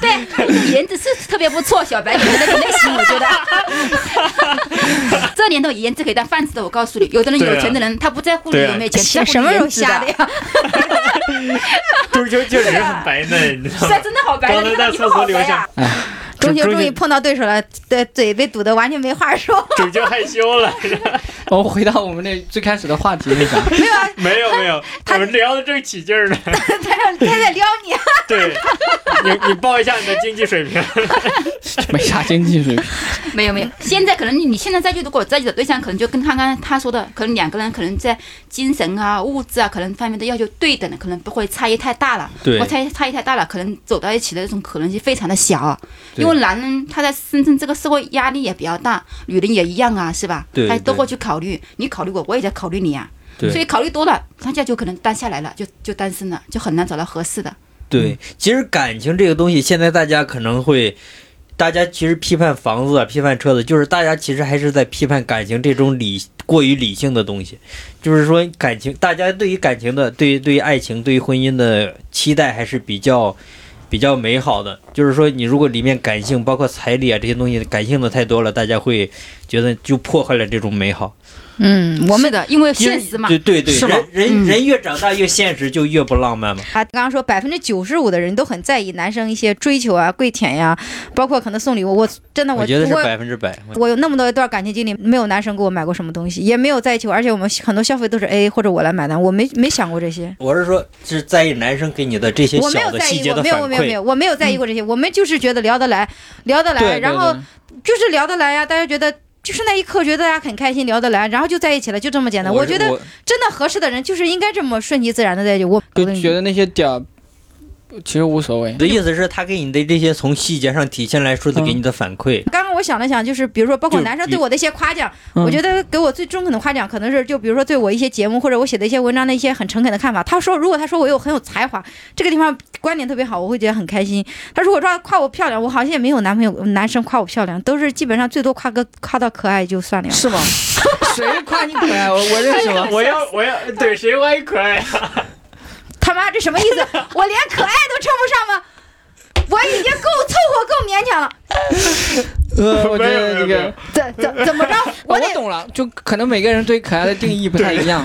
Speaker 5: 对，颜值是特别不错，小白脸的那个类型，我觉 <laughs> 得。这年头颜值可以当饭吃的，我告诉你，有的人有钱的人，他不在乎你有没有钱，只在 <laughs> 乎
Speaker 2: 什么时候
Speaker 5: 颜值的
Speaker 2: 瞎 <laughs> 的？呀？
Speaker 3: 中秋确实很白嫩， <laughs> 你知道
Speaker 5: 是
Speaker 3: 吗
Speaker 5: 啊，？真的好白，
Speaker 3: 刚才
Speaker 5: 你看
Speaker 3: 在
Speaker 5: 你不
Speaker 3: 厕
Speaker 5: 好
Speaker 3: 所留
Speaker 5: 白啊
Speaker 3: 下
Speaker 5: 呀。
Speaker 2: 中秋
Speaker 4: 中
Speaker 2: 终于碰到对手了，对嘴被堵得完全没话说。 <laughs>
Speaker 3: 主就害羞了，
Speaker 1: <laughs> 我们回到我们那最开始的话题是啥？
Speaker 3: <laughs>
Speaker 1: <laughs>
Speaker 3: 没有没有，我们聊的正起劲儿呢。
Speaker 2: 他他在撩你，
Speaker 3: 对，你你报一下你的经济水平。
Speaker 1: 没啥经济水平。
Speaker 5: 没有没有，现在可能你你现在再去，如果再去找对象，可能就跟刚刚他说的，可能两个人可能在精神啊、物质啊，可能方面的要求对等的，可能不会差异太大了。
Speaker 4: 对
Speaker 5: 或差异差异太大了，可能走到一起的这种可能性非常的小啊。
Speaker 4: 对
Speaker 5: 因为男人他在深圳这个社会压力也比较大，女人也一样啊，是吧？
Speaker 4: 对
Speaker 5: 他都
Speaker 4: 对
Speaker 5: 会去考虑，你考虑我，我也在考虑你啊。
Speaker 4: 对
Speaker 5: 所以考虑多了，他这就可能单下来了，就就单身了，就很难找到合适的。
Speaker 1: 嗯
Speaker 4: 对，其实感情这个东西，现在大家可能会，大家其实批判房子啊，批判车子，就是大家其实还是在批判感情这种理过于理性的东西。就是说，感情，大家对于感情的，对于对于爱情，对于婚姻的期待还是比较。比较美好的，就是说，你如果里面感性，包括彩礼啊这些东西，感性的太多了，大家会觉得就破坏了这种美好。
Speaker 2: 嗯，我
Speaker 5: 是
Speaker 2: 们
Speaker 5: 的，因为
Speaker 4: 因为
Speaker 5: 现实嘛，
Speaker 4: 对对对，
Speaker 1: 是吗
Speaker 4: 人人
Speaker 5: 嗯
Speaker 4: 人越长大越现实，就越不浪漫嘛。
Speaker 2: 他啊刚刚说百分之九十五的人都很在意男生一些追求啊、跪舔呀、包括可能送礼物。我真
Speaker 5: 哎
Speaker 2: 的我
Speaker 4: 我觉得是
Speaker 2: 我
Speaker 4: 百分之百。
Speaker 2: 我有那么多一段感情经历，没有男生给我买过什么东西，也没有在一起过，而且我们很多消费都是 A 或者我来买单，我没没想过这些。
Speaker 4: 我是说，是在意男生给你的这些
Speaker 2: 我没有
Speaker 4: 小的
Speaker 2: 在
Speaker 4: 细
Speaker 2: 意，
Speaker 4: 节
Speaker 2: 我
Speaker 4: 的
Speaker 2: 没
Speaker 4: 反
Speaker 2: 有，我没有，没
Speaker 4: 馈。嗯
Speaker 2: 有，我没有在意过这些。我们就是觉得聊得来，聊得来，
Speaker 1: 对，
Speaker 2: 然
Speaker 1: 对
Speaker 2: 后
Speaker 1: 对
Speaker 2: 就是聊得来呀、大家觉得就是那一刻觉得大家很开心，聊得来，然后就在一起了，就这么简单。我
Speaker 4: 是
Speaker 2: 觉得真的合适的人就是应该这么顺其自然的在一起。我
Speaker 1: 就觉得那些点儿其实无所谓
Speaker 4: 你。的意思是，他给你的这些从细节上体现来说的
Speaker 2: 嗯
Speaker 4: 给你的反馈，
Speaker 2: 刚刚我想了想，就是比如说，包括
Speaker 4: 就
Speaker 2: 男生
Speaker 4: 比
Speaker 2: 对我的一些夸奖，
Speaker 1: 嗯
Speaker 2: 我觉得给我最中肯的夸奖，可能是就比如说对我一些节目或者我写的一些文章的一些很诚恳的看法。他说，如果他说我有很有才华，这个地方观点特别好，我会觉得很开心。他如果说夸我漂亮，我好像也没有男朋友男生夸我漂亮，都是基本上最多夸个夸到可爱就
Speaker 1: <laughs>
Speaker 2: 算了。
Speaker 1: 是吗？谁夸你可爱？我我认识吗？
Speaker 3: 我要我要对谁我也可爱。
Speaker 2: 他妈这什么意思？我连可爱都称不上吗？我已经够凑合够勉强了，
Speaker 1: 呃我觉
Speaker 3: 没有没
Speaker 1: 得这
Speaker 3: 有没有
Speaker 1: 个。
Speaker 2: 怎怎怎么着？
Speaker 1: 我
Speaker 2: <laughs> 我得
Speaker 1: 懂了，就可能每个人对可爱的定义不太一样。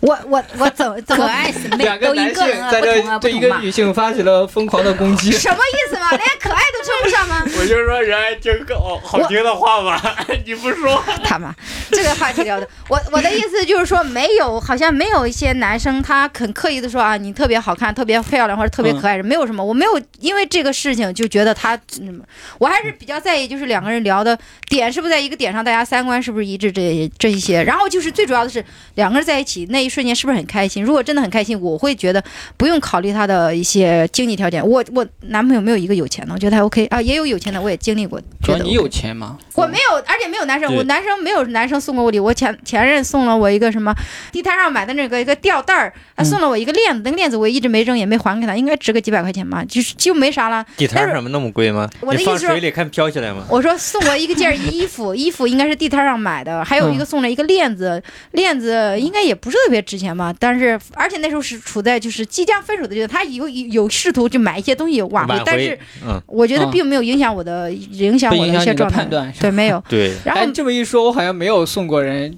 Speaker 2: 我我我怎么怎
Speaker 5: 可
Speaker 2: 么，
Speaker 5: 爱审
Speaker 1: <laughs>
Speaker 5: 美
Speaker 1: 两个
Speaker 5: 都因
Speaker 1: 男
Speaker 5: 个
Speaker 1: 性
Speaker 5: 人而
Speaker 1: 在
Speaker 5: 不
Speaker 1: 这
Speaker 5: 同啊，不
Speaker 1: 对一
Speaker 5: 同
Speaker 1: 个
Speaker 5: 嘛。
Speaker 1: 女性发起了疯狂的攻击
Speaker 2: <laughs> 什么意思嘛？连可爱都称不上吗？
Speaker 3: 我就说人爱听个好好听的话吧， <laughs> 你不说。
Speaker 2: <laughs> 他妈，这个话题聊的，我我的意思就是说，没有，好像没有一些男生他很刻意的说啊，你特别好看，特别漂亮或者特别
Speaker 1: 嗯
Speaker 2: 可爱，没有什么，我没有因为这个事情就觉得他，嗯，我还是比较在意，就是两个人聊的点是不是在一个点上，大家三观是不是一致这这一些，然后就是最主要的是两个人在一起那一瞬间是不是很开心，如果真的很开心，我会觉得不用考虑他的一些经济条件，我我男朋友没有一个有钱的，我觉得还 OK 啊，也有有钱的，我也经历过，
Speaker 1: 主
Speaker 2: 觉
Speaker 1: 要
Speaker 2: 得
Speaker 1: 你
Speaker 2: OK
Speaker 1: 有钱吗？
Speaker 2: 我没有，而且没有男生，
Speaker 4: 对
Speaker 2: 我男生没有男生送过我礼，我前前任送了我一个什么地摊上买的那个一个吊带儿，
Speaker 1: 嗯
Speaker 2: 他送了我一个链子，那个链子我一直没扔，也没还给他，应该值个几百块钱吧，就是就没啥了。
Speaker 4: 地摊上面那么贵吗？
Speaker 2: 我的
Speaker 4: 你
Speaker 2: 意思
Speaker 4: 放
Speaker 2: 是
Speaker 4: 水里看飘起来吗？
Speaker 2: 我说送我一个件
Speaker 1: <laughs>
Speaker 2: 儿衣服，衣服应该是地摊上买的，还有一个送了一个链
Speaker 1: 嗯
Speaker 2: 子，链子应该也不是特别值钱吧，但是而且那时候是处在就是即将分手的阶段，他有有有试图就买一些东西挽回
Speaker 4: 挽，
Speaker 2: 但是
Speaker 4: 回，嗯，
Speaker 2: 我觉得
Speaker 1: 嗯
Speaker 2: 并没有影响我的影响
Speaker 1: 不
Speaker 2: 我
Speaker 1: 影
Speaker 2: 一
Speaker 1: 响
Speaker 2: 些
Speaker 1: 你的
Speaker 2: 状态
Speaker 1: 判，断。
Speaker 2: 对，没有。
Speaker 4: 对。
Speaker 2: 然后
Speaker 1: 哎，这么一说，我好像没有送过人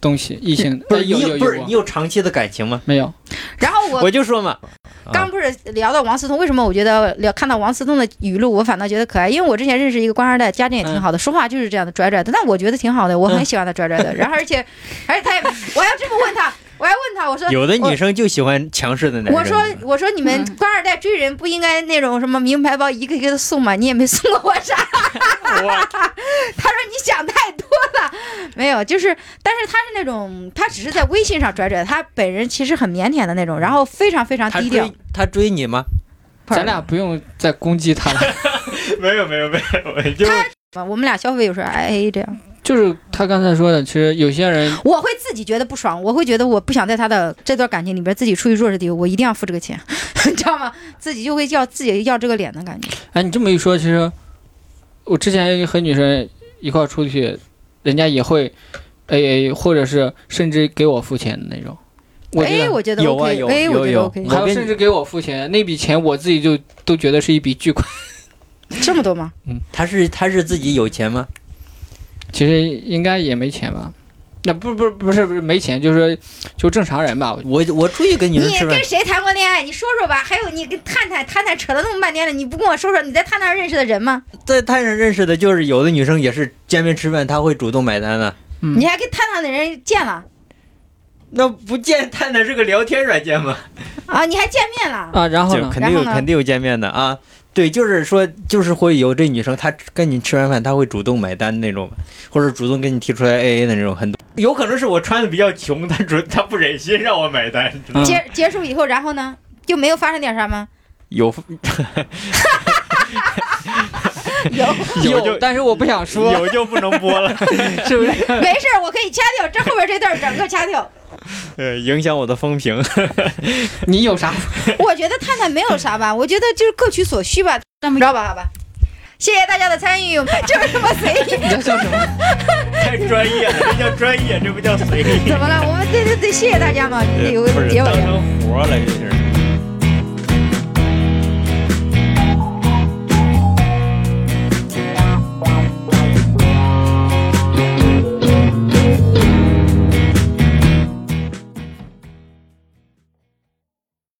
Speaker 1: 东西，异性
Speaker 4: 不
Speaker 1: 哎
Speaker 4: 是你
Speaker 1: 有有
Speaker 4: 不
Speaker 1: 有
Speaker 4: 是
Speaker 1: 过
Speaker 4: 你有长期的感情吗？
Speaker 1: 没有？
Speaker 2: 然后我
Speaker 4: 我就说嘛，啊
Speaker 2: 刚不是聊到王思聪，为什么我觉得聊看到王思聪的语录，我反倒觉得可爱？因为我之前认识一个官二代，家境也挺好的，说话就是这样的拽拽的，但我觉得挺好的，我
Speaker 4: 嗯
Speaker 2: 很喜欢他拽拽的。
Speaker 4: <laughs>
Speaker 2: 然后而且，而且他也，我要这么问他，我还问他，我说。
Speaker 4: 有的女生就喜欢强势的男人。
Speaker 2: 我说，我说你们
Speaker 5: 嗯
Speaker 2: 官二代追人不应该那种什么名牌包一个一个的送吗？你也没送过我啥。啊
Speaker 3: 我
Speaker 2: 他说你想太多了，没有，就是，但是他是那种，他只是在微信上拽拽，他本人其实很腼腆的那种，然后非常非常
Speaker 4: 他
Speaker 2: 低调
Speaker 4: 追。他追你吗？
Speaker 1: 咱俩不用再攻击他了， <laughs>
Speaker 3: 没有没有没有，我就
Speaker 2: 我们俩消费有时候 I A 这样。
Speaker 1: 就是他刚才说的，其实有些人
Speaker 2: 我会自己觉得不爽，我会觉得我不想在他的这段感情里边自己处于弱势地位，我一定要付这个钱， <laughs> 你知道吗？自己就会要自己要这个脸的感觉。
Speaker 1: 哎，你这么一说，其实我之前和女生一块儿出去，人家也会 A A，或者是甚至给我付钱的那种。我觉
Speaker 2: 哎，
Speaker 1: 得
Speaker 2: 我觉得
Speaker 4: 有啊
Speaker 2: OK，
Speaker 4: 有
Speaker 2: 哎，
Speaker 4: 有
Speaker 2: 我觉得
Speaker 4: 有
Speaker 2: OK，
Speaker 1: 还有
Speaker 4: 我跟你
Speaker 1: 甚至给我付钱，那笔钱我自己就都觉得是一笔巨款。
Speaker 2: 这么多吗？
Speaker 4: 他是他是自己有钱吗？
Speaker 1: 其实应该也没钱吧？那不不不是不是没钱，就是说就正常人吧。我
Speaker 4: 我我出去跟女
Speaker 2: 你
Speaker 4: 生吃饭
Speaker 2: 跟，谁谈过恋爱？你说说吧。还有你跟探探，探探扯了那么半天了，你不跟我说说你在探探上认识的人吗？
Speaker 4: 在探上认识的，就是有的女生也是见面吃饭，她会主动买单的。啊
Speaker 1: 嗯
Speaker 2: 你还跟探探的人见了
Speaker 4: 那不见探探是个聊天软件吗？
Speaker 2: 啊？你还见面了？
Speaker 1: 啊，然后
Speaker 4: 就
Speaker 1: 呢？
Speaker 4: 肯定有
Speaker 2: 然后呢
Speaker 4: 肯定有见面的啊。对，就是说，就是会有这女生，她跟你吃完饭，她会主动买单那种，或者主动跟你提出来 A A 的那种，很多。有可能是我穿的比较穷，她主她不忍心让我买单，
Speaker 1: 嗯
Speaker 2: 结结束以后，然后呢，就没有发生点
Speaker 4: <laughs>
Speaker 2: 啥吗？
Speaker 4: 有
Speaker 2: 有，
Speaker 3: 有
Speaker 1: 有，
Speaker 3: 就
Speaker 1: 但是我不想说，
Speaker 3: 有就不能播
Speaker 4: <laughs>
Speaker 3: 了，
Speaker 1: 是
Speaker 2: <laughs>
Speaker 1: 不是？
Speaker 2: 没事儿，我可以掐掉，这后边这段儿整个掐掉。
Speaker 4: 呃影响我的风评。
Speaker 1: 你有啥？ <laughs>
Speaker 2: 我觉得探探没有啥吧，我觉得就是各取所需吧，
Speaker 5: 但
Speaker 2: 你
Speaker 5: 没
Speaker 2: 知道吧？好吧，谢谢大家的参与，就是这么随
Speaker 1: <laughs>
Speaker 2: 意。
Speaker 1: 你在说什么？
Speaker 3: 太专业了，这叫专业，这不叫随意，
Speaker 2: 怎么了？我们得得得谢谢大家嘛，得有
Speaker 4: <laughs> 不
Speaker 2: 个
Speaker 4: 是
Speaker 2: 结尾
Speaker 4: 当
Speaker 2: 啊。
Speaker 4: 成活儿了，就是。